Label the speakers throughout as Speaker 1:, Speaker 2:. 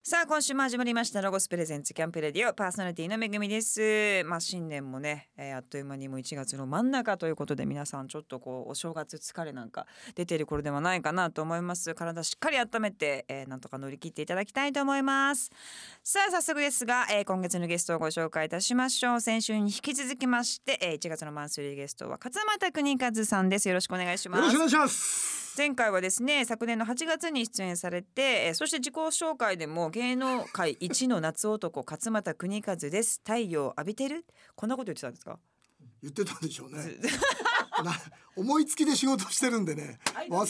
Speaker 1: さあ今週も始まりましたロゴスプレゼンツキャンプレディオパーソナリティのめぐみですまあ新年もね、えーあっという間にもう1月の真ん中ということで皆さんちょっとこうお正月疲れなんか出てる頃ではないかなと思います体しっかり温めて、えーなんとか乗り切っていただきたいと思いますさあ早速ですが、えー今月のゲストをご紹介いたしましょう先週に引き続きまして、えー1月のマンスリーゲストは勝俣邦和さんですよろしくお願いし
Speaker 2: よ
Speaker 1: ま
Speaker 2: ろし
Speaker 1: す
Speaker 2: くお願いします。
Speaker 1: 前回はですね昨年の8月に出演されてえーそして自己紹介でも芸能界一の夏男勝俣邦和です太陽浴びてるこんなこと言ってたんですか
Speaker 2: 言ってたん でしょうね。な思いつきで仕事してるんでね。忘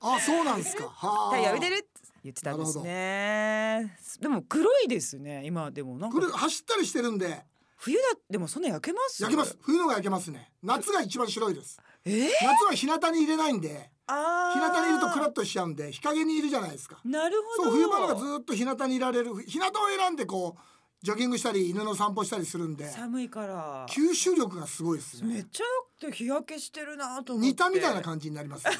Speaker 2: あそうなんですか。は
Speaker 1: 太陽浴びて
Speaker 2: る。
Speaker 1: るって言ってたんですねでも黒いですね今でもなん
Speaker 2: これ
Speaker 1: か
Speaker 2: 走ったりしてるんで
Speaker 1: 冬だでもそんな焼けます
Speaker 2: 焼けます。冬のが焼けますね。夏が一番白いです。
Speaker 1: えー、
Speaker 2: 夏は日向に入れないんで、
Speaker 1: あ
Speaker 2: 日
Speaker 1: ー
Speaker 2: 向にいるとクラッとしちゃうんで日陰にいるじゃないですか。
Speaker 1: なるほ
Speaker 2: そ
Speaker 1: ど
Speaker 2: う冬場のがずっと日向にいられる。日向を選んでこうジョギングしたり犬の散歩したりするんで
Speaker 1: 寒いから
Speaker 2: 吸収力がすごいです
Speaker 1: め
Speaker 2: ね。
Speaker 1: っちゃよくて日焼けしてるなと思って
Speaker 2: 煮たみたいな感じになります、ね。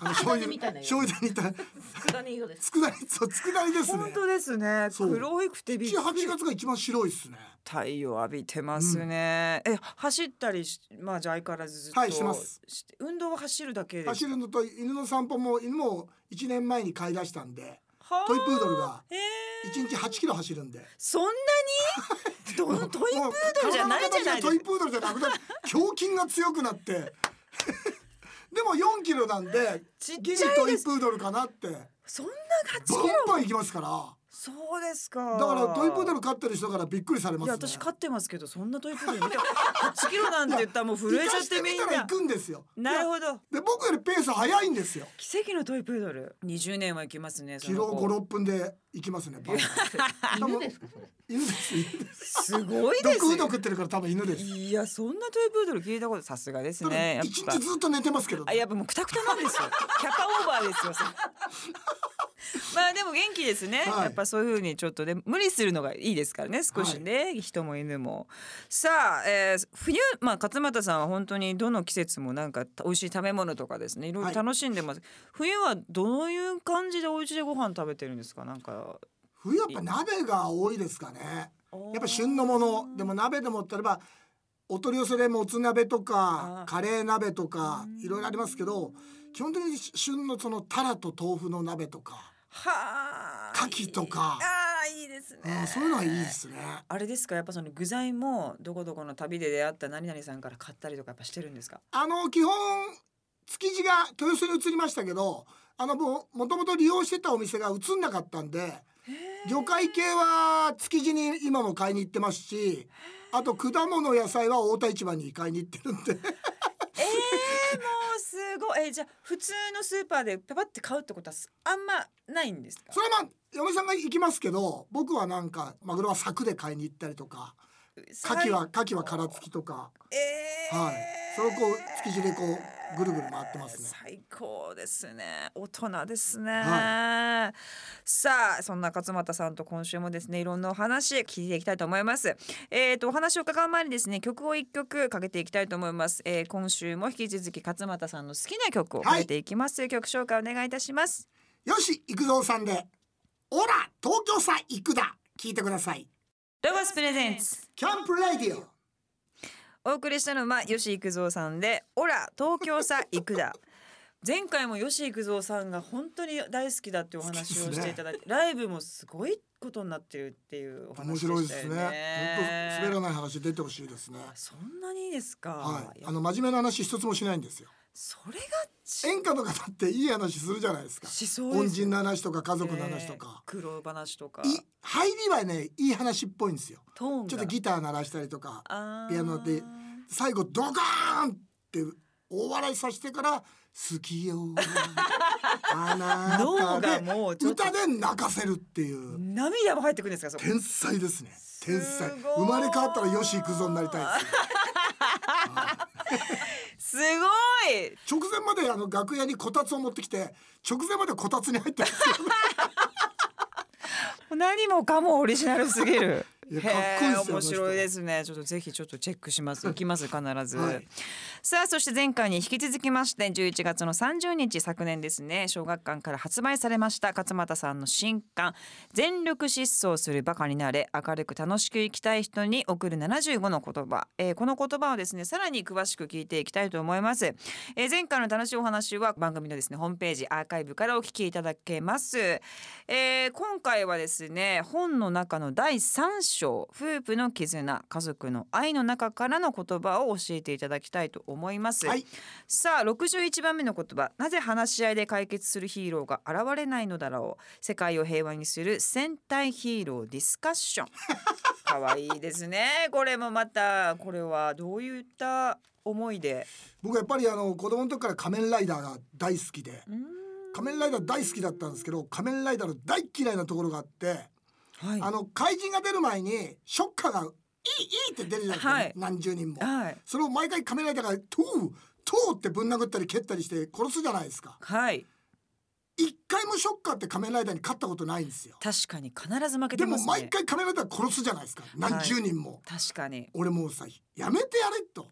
Speaker 2: あの醤油
Speaker 3: みたいな
Speaker 2: 醤油で煮た
Speaker 3: 佃煮色です。
Speaker 2: 佃煮そう佃煮ですね。
Speaker 1: 本当ですね
Speaker 2: そう
Speaker 1: 黒いくてびっ
Speaker 2: 一応
Speaker 1: く
Speaker 2: 八
Speaker 1: り
Speaker 2: 月が一番白いですね。
Speaker 1: 太陽浴びてますね。え、走ったりし、まあ、じゃあ相変わらずずっと。
Speaker 2: はいしてます
Speaker 1: して運動は走るだけです。
Speaker 2: 走るのと犬の散歩も犬も一年前に飼い出したんで、
Speaker 1: はあ
Speaker 2: トイプードルが
Speaker 1: えー
Speaker 2: 一日八キロ走るんで。
Speaker 1: そんな に。どん、トイプードルじゃないじゃない
Speaker 2: もう体の形がトイ
Speaker 1: ですか。
Speaker 2: プードルじゃなくなって胸筋が強くなって。 でも四キロなんで
Speaker 1: ちっ
Speaker 2: ギリ
Speaker 1: ちゃい
Speaker 2: トイ
Speaker 1: です
Speaker 2: プ。ードルかなってバン
Speaker 1: そんな八キ
Speaker 2: バ
Speaker 1: ロ。
Speaker 2: ン行きますから。
Speaker 1: そうですか。
Speaker 2: だからトイプードル飼ってる人からびっくりされま
Speaker 1: い
Speaker 2: す
Speaker 1: や、
Speaker 2: ね。
Speaker 1: 私飼ってますけど、そんなトイプードル見た。八キロなんて言ったら、もう震えちゃってみん
Speaker 2: 生かしてみたら
Speaker 1: な
Speaker 2: 行。くんですよ。
Speaker 1: なる
Speaker 2: い
Speaker 1: ほど。
Speaker 2: やで僕よりペース早いんですよ。
Speaker 1: 奇跡のトイプードル。二十年は行きますね。そ
Speaker 2: キ
Speaker 1: の
Speaker 2: ロ
Speaker 1: 子
Speaker 2: 五六分で行きますね。バンバン
Speaker 3: 犬ですかそれ。
Speaker 2: 犬です。犬です
Speaker 1: すごいです
Speaker 2: 毒
Speaker 1: よ。
Speaker 2: うど食ってるから多分犬です。
Speaker 1: いや、そんなトイプードル聞いたこと、さすがです
Speaker 2: 多分
Speaker 1: ね。やっ
Speaker 2: 一
Speaker 1: ぱ
Speaker 2: 日ずっと寝てますけど。
Speaker 1: あやっぱもうくたくたなん ですよキャパオーバーですよそれまあでも元気ですね、
Speaker 2: はい
Speaker 1: やっぱそういうふうにちょっとね無理するのがいいですからね少しね、人も犬もさあ、えー冬まあ勝俣さんは本当にどの季節もなんか美味しい食べ物とかですねいろいろ
Speaker 2: はい
Speaker 1: 楽しんでます、冬はどういう感じでお家でご飯食べてるんですかなんか
Speaker 2: 冬やっぱ鍋が多いですかね。やっぱ旬のものでも鍋でも例えばお取り寄せでもつ鍋と
Speaker 1: あー
Speaker 2: かカレー鍋とかいろいろありますけど、基本的に旬のそのタラと豆腐の鍋とか、
Speaker 1: はあ
Speaker 2: 牡蠣とか
Speaker 1: あーいいですね
Speaker 2: うんそういうのがいいですね。
Speaker 1: あれですかやっぱその具材もどこどこの旅で出会った何々さんから買ったりとかやっぱしてるんですか
Speaker 2: あの基本築地が豊洲に移りましたけど、あのもうもともと利用してたお店が移んなかったんで。魚介系は築地に今も買いに行ってますしあと果物野菜は太田市場に買いに行ってるんで
Speaker 1: ええー、もうすごいえーじゃあ普通のスーパーでパパって買うってことはすあんまないんですか
Speaker 2: それはまあ嫁さんが行きますけど僕はなんかマグロは柵で買いに行ったりとか
Speaker 1: さ
Speaker 2: 牡蠣は牡蠣は殻付きとか、
Speaker 1: えー、
Speaker 2: はい、それをこう築地でこうぐるぐる回ってますね。
Speaker 1: 最高ですね大人ですね、
Speaker 2: は
Speaker 1: さあそんな勝俣さんと今週もですねいろんなお話聞いていきたいと思いますえー、とお話を伺う前にですね曲を一曲かけていきたいと思います、えー、今週も引き続き勝俣さんの好きな曲をかけていきます、曲紹介お願いいたします
Speaker 2: よし行くぞさんで「オラ東京さ行くだ」聞いてください。
Speaker 1: ロゴスプレゼンツ
Speaker 2: キャンプレディオ
Speaker 1: お送りしたのは吉幾三さんで「オラ東京さ行くだ」前回も吉幾三さんが本当に大好きだっていうお話をしていただいて、ライブもすごいことになってるっていうお話
Speaker 2: 面
Speaker 1: でしたよね
Speaker 2: 白いですね。本当滑らない話出てほしいですね。
Speaker 1: そんなにいいですか、
Speaker 2: はい、
Speaker 1: いや
Speaker 2: あの真面目な話一つもしないんですよ。
Speaker 1: それがし
Speaker 2: 演歌の方っていい話するじゃないですか。
Speaker 1: しそう
Speaker 2: 恩
Speaker 1: です
Speaker 2: 人の話とか家族の話とか。
Speaker 1: えー苦労話とか
Speaker 2: い入りはねいい話っぽいんですよ。
Speaker 1: トーンが
Speaker 2: ちょっとギター鳴らしたりとか
Speaker 1: あー
Speaker 2: ピアノで最後ドカーンって大笑いさせてから「好きよ」「あ な
Speaker 1: 脳
Speaker 2: た
Speaker 1: が
Speaker 2: で」
Speaker 1: もうちょっと
Speaker 2: 歌で泣かせるっていう
Speaker 1: 涙も入ってくるんですかそこ
Speaker 2: 天才ですね天才
Speaker 1: すごい
Speaker 2: 生まれ変わったらよし行くぞになりたいですね
Speaker 1: すごい
Speaker 2: 直前まであの楽屋にこたつを持ってきて直前までこたつに入ってるんですよ
Speaker 1: 何もかもオリジナルすぎる
Speaker 2: いやかっこいい
Speaker 1: へ
Speaker 2: っ
Speaker 1: ー
Speaker 2: すよ
Speaker 1: 面白いですすねちょっとぜひちょっとチェックします行きます必ず、
Speaker 2: はい
Speaker 1: さあそして前回に引き続きまして11月の30日昨年ですね小学館から発売されました勝俣さんの新刊全力疾走するバカになれ明るく楽しく生きたい人に送る75の言葉、えーこの言葉をですねさらに詳しく聞いていきたいと思います、えー前回の楽しいお話は番組のですねホームページアーカイブからお聞きいただけます、えー今回はですね本の中の第3章夫婦の絆家族の愛の中からの言葉を教えていただきたいと思います、
Speaker 2: はい
Speaker 1: さあ61番目の言葉なぜ話し合いで解決するヒーローが現れないのだろう世界を平和にする戦隊ヒーローディスカッション可愛いですねこれもまたこれはどういった思いで
Speaker 2: 僕やっぱりあの子供の時から仮面ライダーが大好きで
Speaker 1: うーん
Speaker 2: 仮面ライダー大好きだったんですけど仮面ライダーの大嫌いなところがあって
Speaker 1: はい
Speaker 2: あの怪人が出る前にショッカーが「いいいい」って出るじゃないですか、
Speaker 1: はい
Speaker 2: 何十人も。
Speaker 1: はい
Speaker 2: それを毎回仮面ライダーが「トゥートゥー」ってぶん殴ったり蹴ったりして殺すじゃないですか。
Speaker 1: はい
Speaker 2: 一回もショッカーって仮面ライダーに勝ったことないんですよ。
Speaker 1: 確かに必ず負け
Speaker 2: で
Speaker 1: てま
Speaker 2: も
Speaker 1: す
Speaker 2: 毎
Speaker 1: ね
Speaker 2: 回仮面ライダー殺すじゃないですか何十人も。
Speaker 1: 確かに
Speaker 2: 俺もうさやめてやれと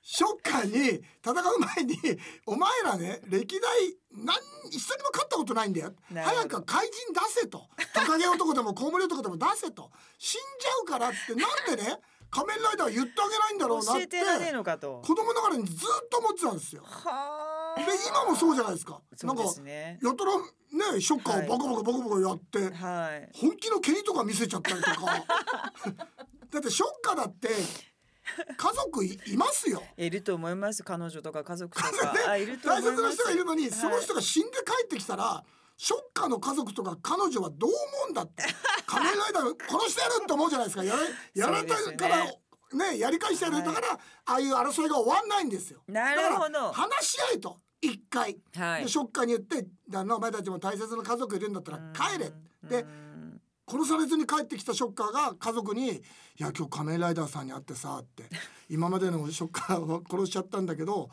Speaker 2: ショッカーに戦う前にお前らね歴代何一緒にも勝ったことないんだよ
Speaker 1: なるほど
Speaker 2: 早く怪人出せとトカゲ男でもコウモリ男でも出せと死んじゃうからってなんでね仮面ライダーは言ってあげないんだろうな
Speaker 1: 教
Speaker 2: っ
Speaker 1: えてられねえ
Speaker 2: て
Speaker 1: のかと
Speaker 2: 子供ながらにずっと思ってたんですよ。
Speaker 1: は
Speaker 2: で
Speaker 1: あ
Speaker 2: 今もそうじゃないですか。
Speaker 1: そう
Speaker 2: な
Speaker 1: で
Speaker 2: んか
Speaker 1: すね
Speaker 2: やたらねショッカーをバカバカバカバカやって、
Speaker 1: はい
Speaker 2: 本気の蹴りとか見せちゃったりと かだってショッカーだって家族いいますよ
Speaker 1: いると思います彼女とか家族とか、あいると思
Speaker 2: 大
Speaker 1: います
Speaker 2: 切な人がいるのに、
Speaker 1: はい
Speaker 2: その人が死んで帰ってきたらショッカーの家族とか彼女はどう思うんだって仮面ライダー殺してやるって思うじゃないですかやらやられた
Speaker 1: そうです
Speaker 2: か
Speaker 1: よ
Speaker 2: ら
Speaker 1: ね
Speaker 2: ねやり返してやる、
Speaker 1: はい
Speaker 2: だからああいう争いが終わんないんですよ
Speaker 1: な
Speaker 2: だ
Speaker 1: る
Speaker 2: から
Speaker 1: ほど
Speaker 2: 話し合いと一回、
Speaker 1: はい
Speaker 2: でショッカーに言って旦那お前たちも大切な家族いるんだったら帰れで
Speaker 1: うん
Speaker 2: 殺されずに帰ってきたショッカーが家族に「いや今日仮面ライダーさんに会ってさ」って 「今までのショッカーを殺しちゃったんだけど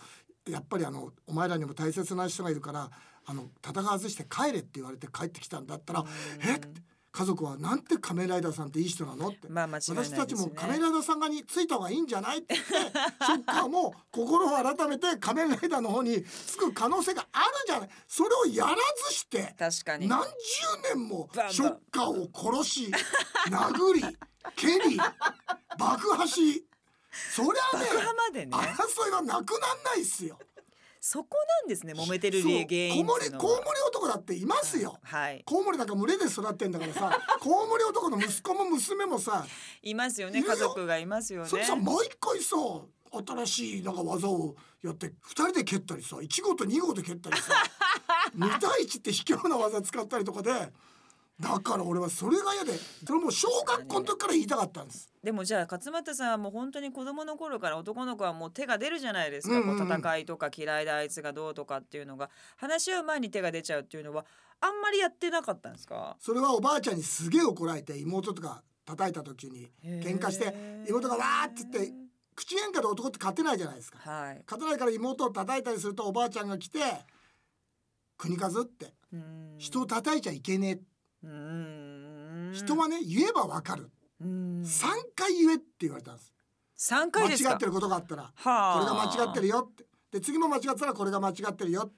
Speaker 2: やっぱりあのお前らにも大切な人がいるからあの戦わずして帰れ」って言われて帰ってきたんだったら「えっ?」て家族はなんて仮面ライダーさんっていい人なのって、
Speaker 1: まあ間違いないです
Speaker 2: 私
Speaker 1: ね
Speaker 2: たちも仮面ライダーさんがについた方がいいんじゃな いって言ってショッカーも心を改めて仮面ライダーの方につく可能性があるじゃないそれをやらずして
Speaker 1: 確かに
Speaker 2: 何十年も
Speaker 1: バンバン
Speaker 2: ショッカーを殺し 殴り蹴 り爆破しそりゃね
Speaker 1: 爆破までね
Speaker 2: 争いはなくなんないっすよ。
Speaker 1: そこなんですね揉めてる
Speaker 2: そ
Speaker 1: 理
Speaker 2: う
Speaker 1: 原
Speaker 2: コウ
Speaker 1: 因
Speaker 2: モ
Speaker 1: ってい
Speaker 2: リ
Speaker 1: うの
Speaker 2: コウモ
Speaker 1: は
Speaker 2: リ男だっていますよ。
Speaker 1: はい
Speaker 2: コウモリなんか群れで育ってんだから さコウモリ男の息子も娘もさ
Speaker 1: いますよね
Speaker 2: いるよ
Speaker 1: 家族がいますよね
Speaker 2: それさ毎回さ新しいなんか技をやって2人で蹴ったりさ1号と2号で蹴った りさ2対1って卑怯な技使ったりとかでだから俺はそれが嫌でそれもう小学校の時から言いたかったんです。
Speaker 1: でもじゃあ勝俣さんはもう本当に子供の頃から男の子はもう手が出るじゃないですか、
Speaker 2: うんうんうん
Speaker 1: こう戦いとか嫌いであいつがどうとかっていうのが話し合う前に手が出ちゃうっていうのはあんまりやってなかったんですか
Speaker 2: それはおばあちゃんにすげえ怒られて妹とか叩いた時に喧嘩して
Speaker 1: へー
Speaker 2: 妹がわーって言って口喧嘩で男って勝てないじゃないですか。
Speaker 1: はい
Speaker 2: 勝てないから妹を叩いたりするとおばあちゃんが来て「国数」って
Speaker 1: うん
Speaker 2: 人を叩いちゃいけねえ
Speaker 1: うん
Speaker 2: 人はね言えばわかる
Speaker 1: うん
Speaker 2: 3回言えって言われたんです
Speaker 1: 三
Speaker 2: 間
Speaker 1: 回ですか
Speaker 2: 違ってることがあったら
Speaker 1: はあ
Speaker 2: これが間違ってるよってで次も間違ってたらこれが間違ってるよ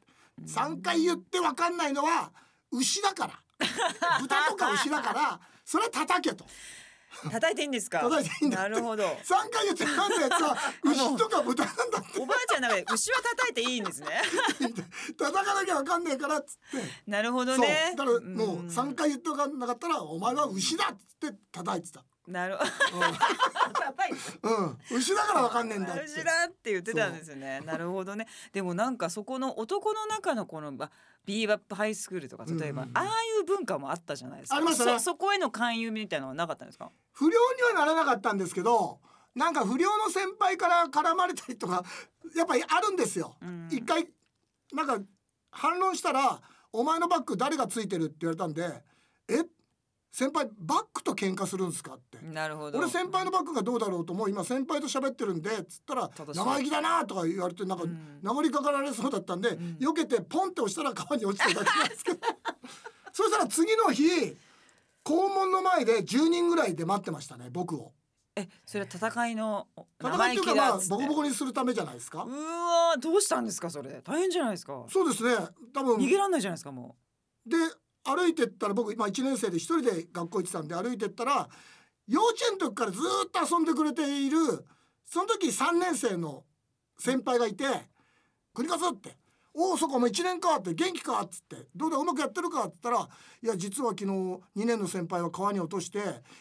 Speaker 2: 3回言って分かんないのは牛だから 豚とか牛だからそれは叩けと
Speaker 1: 叩いていいんですか
Speaker 2: 叩いていいんだっ
Speaker 1: な
Speaker 2: て
Speaker 1: るほど
Speaker 2: 3回言って分かんないやつ は牛とか豚なんだって
Speaker 1: おばあちゃんの中で牛は叩いていいん ですね
Speaker 2: 叩かなきゃ分かんないからっつって
Speaker 1: なるほど
Speaker 2: そう
Speaker 1: ね
Speaker 2: だからもううん3回言って分かんなかったらお前は牛だっつって叩いてた
Speaker 1: なる
Speaker 2: うん牛だから分かんねえんだって
Speaker 1: 牛だって言ってたんですよね。なるほどね。でもなんかそこの男の中のこのまあビーバップハイスクールとか例えば、
Speaker 2: うんうんうん
Speaker 1: ああいう文化もあったじゃないですか。
Speaker 2: ありましたね
Speaker 1: そそこへの勧誘みたいなのはなかったんですか。
Speaker 2: 不良にはならなかったんですけどなんか不良の先輩から絡まれたりとかやっぱりあるんですよ。
Speaker 1: うん
Speaker 2: 一回なんか反論したら「お前のバッグ誰がついてる?」って言われたんで「え先輩バッグと喧嘩するんですか?」って。
Speaker 1: なるほど。
Speaker 2: 俺先輩のバッグがどうだろうともう今先輩と喋ってるんでっつったら
Speaker 1: 正しい
Speaker 2: 生意気だなとか言われてなんか
Speaker 1: うん
Speaker 2: 殴りかかられそうだったんで、
Speaker 1: ん
Speaker 2: 避けてポンって押したら川に落ちてただけなんですけどそしたら次の日校門の前で10人ぐらいで待ってましたね僕を
Speaker 1: えそれは戦いのお
Speaker 2: 戦いっていうかまあボコボ
Speaker 1: う
Speaker 2: コにするためじゃないですか
Speaker 1: わーどうしたんですかそれ大変じゃないですか
Speaker 2: そうですね多分
Speaker 1: 逃げらんないじゃないですかも
Speaker 2: で歩いてったら僕今1年生で一人で学校行ってたんで歩いてったら幼稚園の時からずーっと遊んでくれているその時3年生の先輩がいて「国勝って「おおそこお前1年か」って「元気か」っつって「どうだうまくやってるか」っつったら「いや実は昨日2年の先輩は川に落として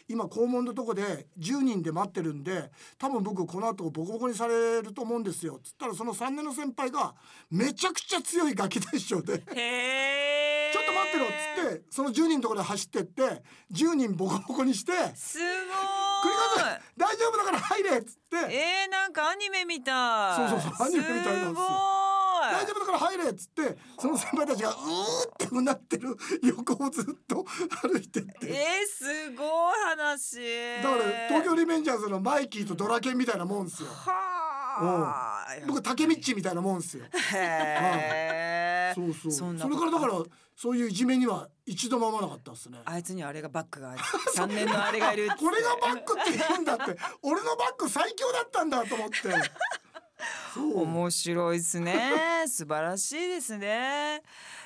Speaker 2: 今校門のとこで10人で待ってるんで多分僕この後ボコボコにされると思うんですよ」っつったらその3年の先輩がめちゃくちゃ強いガキ大将で。
Speaker 1: うへえ
Speaker 2: ちょっと待ってろっつってその10人のところで走ってって10人ボコボコにして「
Speaker 1: す
Speaker 2: 栗
Speaker 1: ご
Speaker 2: 川
Speaker 1: い
Speaker 2: さん大丈夫だから入れ」っつって
Speaker 1: えー、なんかアニメみたい
Speaker 2: そうそうそうアニメみたいなんです
Speaker 1: ごい
Speaker 2: よ「大丈夫だから入れ」っつってその先輩たちが「うー」ってうなってる横をずっと歩いてって。
Speaker 1: えー、すごい話
Speaker 2: だから東京リベンジャーズのマイキーとドラケンみたいなもんですよ。
Speaker 1: はあ
Speaker 2: 僕タケミッチみたいなもんですよ。
Speaker 1: へ
Speaker 2: そうそう。
Speaker 1: そ
Speaker 2: そ
Speaker 1: んな
Speaker 2: れからだからそういういじめには一度も合わなかったですね。
Speaker 1: あいつにはあれがバックがある3年のあれがいるっつって
Speaker 2: これがバックって言うんだ って、俺のバック最強だったんだと思って。そう。
Speaker 1: 面白いですね素晴らしいですね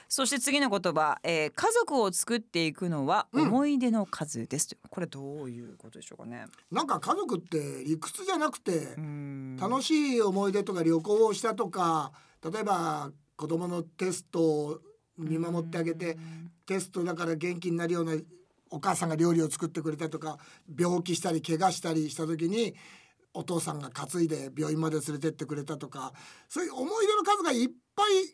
Speaker 1: そして次の言葉、えー、家族を作っていくのは
Speaker 2: うん
Speaker 1: 思い出の数ですという、これどういうことでしょうかね
Speaker 2: なんか家族って理屈じゃなくて
Speaker 1: うん
Speaker 2: 楽しい思い出とか旅行をしたとか例えば子供のテストを見守ってあげてテストだから元気になるようなお母さんが料理を作ってくれたとか病気したり怪我したりした時にお父さんが担いで病院まで連れてってくれたとかそういう思い出の数がいっぱい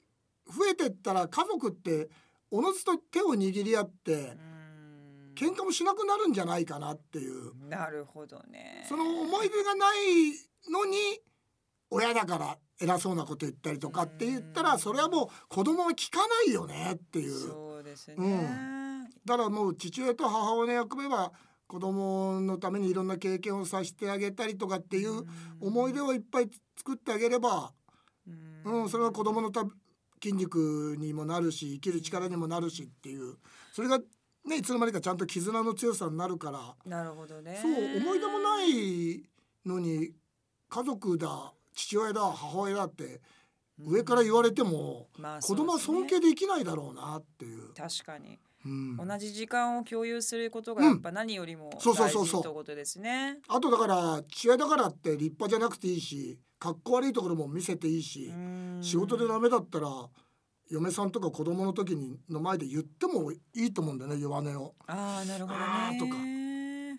Speaker 2: 増えてったら家族っておのずと手を握り合って
Speaker 1: うん
Speaker 2: 喧嘩もしなくなるんじゃないかなっていう。
Speaker 1: なるほどね
Speaker 2: その思い出がないのに親だから偉そうなこと言ったりとかって言った
Speaker 1: う
Speaker 2: ら
Speaker 1: ん
Speaker 2: それはもう子供は聞かないよねっていう
Speaker 1: そうですね、
Speaker 2: うんだからもう父親と母親の役目は子供のためにいろんな経験をさせてあげたりとかっていう思い出をいっぱい作ってあげれば、
Speaker 1: うん
Speaker 2: うん、それは子供のた筋肉にもなるし生きる力にもなるしっていうそれがねいつの間にかちゃんと絆の強さになるから。
Speaker 1: なるほどね
Speaker 2: そう思い出もないのに家族だ父親だ母親だって上から言われても
Speaker 1: まあ
Speaker 2: 子供は尊敬できないだろうなっていう。
Speaker 1: そうですね確かに
Speaker 2: うん
Speaker 1: 同じ時間を共有することがやっぱ何よりも
Speaker 2: そ
Speaker 1: 大
Speaker 2: うそうそう
Speaker 1: 事
Speaker 2: そう
Speaker 1: ということですね。
Speaker 2: あとだから父親だからって立派じゃなくていいしかっこ悪いところも見せていいし
Speaker 1: うん
Speaker 2: 仕事でダメだったら嫁さんとか子供の時にの前で言ってもいいと思うんだよね弱音を。
Speaker 1: ああなるほど
Speaker 2: あ
Speaker 1: ね。
Speaker 2: ーとか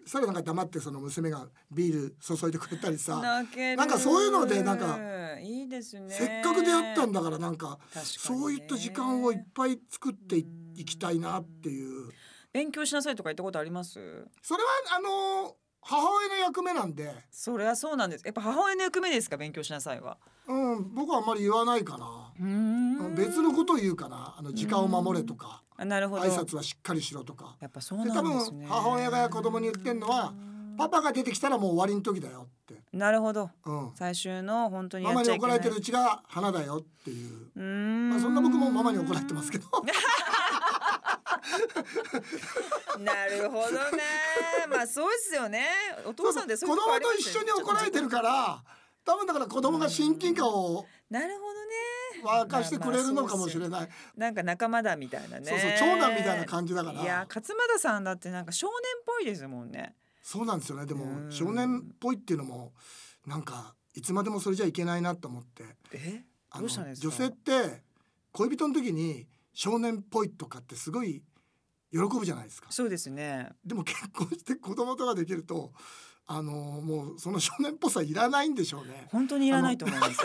Speaker 2: そしたらなんか黙ってその娘がビール注いでくれたりさ
Speaker 1: 泣ける
Speaker 2: なんかそういうのでなんか
Speaker 1: いいですね。
Speaker 2: せっかく出会ったん
Speaker 1: だ。
Speaker 2: だからなんかそういった時間をいっぱい作っていいきたいなっていう
Speaker 1: 勉強しなさいとか言ったことあります？
Speaker 2: それはあのー母親の役目なんで、
Speaker 1: それはそうなんです。やっぱ母親の役目ですか勉強しなさいは。
Speaker 2: うん、僕はあんまり言わないかな、
Speaker 1: うーん
Speaker 2: 別のことを言うかなあの時間を守れとか
Speaker 1: あなるほど。
Speaker 2: 挨拶はしっかりしろとか
Speaker 1: やっぱそうなんですね。
Speaker 2: で多分母親が子供に言ってんのはパパが出てきたらもう終わりの時だよって、
Speaker 1: なるほど。
Speaker 2: うん、
Speaker 1: 最終の本当にや
Speaker 2: マ
Speaker 1: っ
Speaker 2: マ
Speaker 1: ち
Speaker 2: に
Speaker 1: ゃいけ
Speaker 2: 怒
Speaker 1: な
Speaker 2: ら
Speaker 1: い
Speaker 2: れてるうちが花だよっていう。
Speaker 1: うーん
Speaker 2: まあ、そんな僕もママに怒られてますけど
Speaker 1: なるほどね。 まあそうですよね。お父さんでそうい
Speaker 2: 子
Speaker 1: うと
Speaker 2: 供
Speaker 1: こあり
Speaker 2: と
Speaker 1: ます
Speaker 2: 一
Speaker 1: よ
Speaker 2: 緒に怒られてるから多分だから子供が親近感を
Speaker 1: なるほどね。
Speaker 2: 沸かしてくれるのかもしれない。
Speaker 1: なんか仲間だみたいなね。
Speaker 2: そうそう長男みたいな感じだから
Speaker 1: いや勝俣さんだってなんか少年っぽいですもんね。
Speaker 2: そうなんですよね。で
Speaker 1: う
Speaker 2: も
Speaker 1: ん
Speaker 2: 少年っぽいっていうのもなんかいつまでもそれじゃいけないなと思って。
Speaker 1: え
Speaker 2: あ
Speaker 1: ど
Speaker 2: の
Speaker 1: うしたん
Speaker 2: 女
Speaker 1: ですか。
Speaker 2: 性って恋人の時に少年っぽいとかってすごい喜ぶじゃないですか。
Speaker 1: そうですね。
Speaker 2: でも結婚して子供とかできるとあのもうその少年っぽさいらないんでしょ うね。
Speaker 1: 本当にいらないと思います。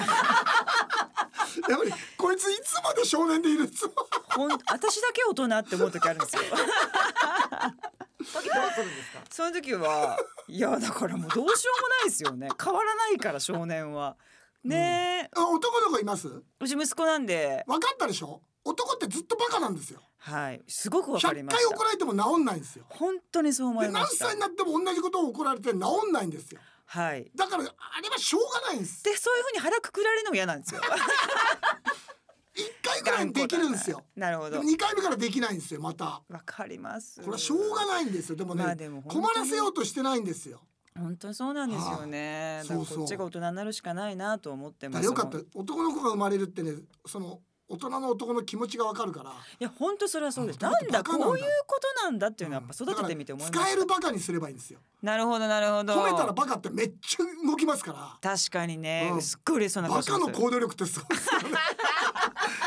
Speaker 2: やっぱりこいついつまで少年でいるつも
Speaker 1: ほん私だけ大人って思う時あるんですよ。
Speaker 3: 時どうするんですか。
Speaker 1: その時はいやだからもうどうしようもないですよね。変わらないから少年は。ねえ、
Speaker 2: あ 男の子います。
Speaker 1: うち息子なんで、
Speaker 2: 分かったでしょ。男ってずっとバカなんですよ。
Speaker 1: はい、すごくわかり
Speaker 2: 100
Speaker 1: まし
Speaker 2: 回
Speaker 1: た。
Speaker 2: 怒られても治んないんですよ。
Speaker 1: 本当にそう思
Speaker 2: で
Speaker 1: いま
Speaker 2: 何
Speaker 1: した
Speaker 2: 歳に。なっても同じことを怒られて治んないんですよ
Speaker 1: はい。
Speaker 2: だからあれはしょうがないんで す
Speaker 1: でそういうふうに腹くくられるのも嫌なんですよ。
Speaker 2: 一回ぐらいできるんですよ
Speaker 1: なるほ
Speaker 2: で
Speaker 1: ど
Speaker 2: も2回目からできないんですよまた
Speaker 1: わかります
Speaker 2: これはしょうがないんですよでもね、
Speaker 1: まあでも本当に
Speaker 2: 困らせようとしてないんですよ
Speaker 1: 本当にそうなんですよね、
Speaker 2: はい
Speaker 1: だから
Speaker 2: そうそう
Speaker 1: こっちが大人になるしかないなと思って
Speaker 2: だ
Speaker 1: ま
Speaker 2: か
Speaker 1: す
Speaker 2: らよかっ
Speaker 1: も
Speaker 2: た
Speaker 1: うい
Speaker 2: 男の子が生まれるってねその大人の男の気持ちがわかるから
Speaker 1: や本当それはそうですな
Speaker 2: あ本
Speaker 1: ん
Speaker 2: 当
Speaker 1: だ
Speaker 2: バカなんだ
Speaker 1: こういうことなんだっていうのはやっぱ
Speaker 2: うん
Speaker 1: 育ててみて思いま
Speaker 2: だ
Speaker 1: し
Speaker 2: か
Speaker 1: た
Speaker 2: ら使えるバカにすればいいんですよ
Speaker 1: なるほどなるほど
Speaker 2: 褒めたらバカってめっちゃ動きますから
Speaker 1: 確かにね、
Speaker 2: うん
Speaker 1: すっごい嬉しそうな顔
Speaker 2: バ
Speaker 1: してま
Speaker 2: カ
Speaker 1: す
Speaker 2: の行動力ってすごいですよね